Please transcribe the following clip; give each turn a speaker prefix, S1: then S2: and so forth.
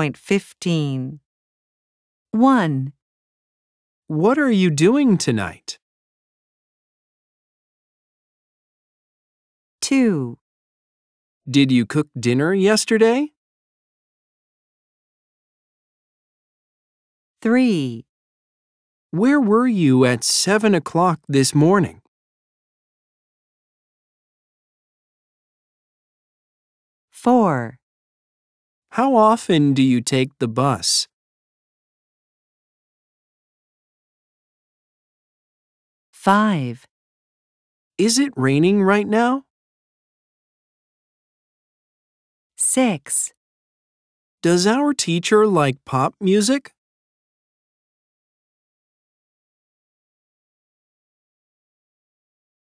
S1: 10.15. 1,
S2: What are you doing tonight?
S1: 2,
S2: Did you cook dinner yesterday?
S1: 3,
S2: Where were you at 7 o'clock this morning?
S1: 4,
S2: How often do you take the bus?
S1: 5,
S2: Is it raining right now?
S1: 6,
S2: Does our teacher like pop music?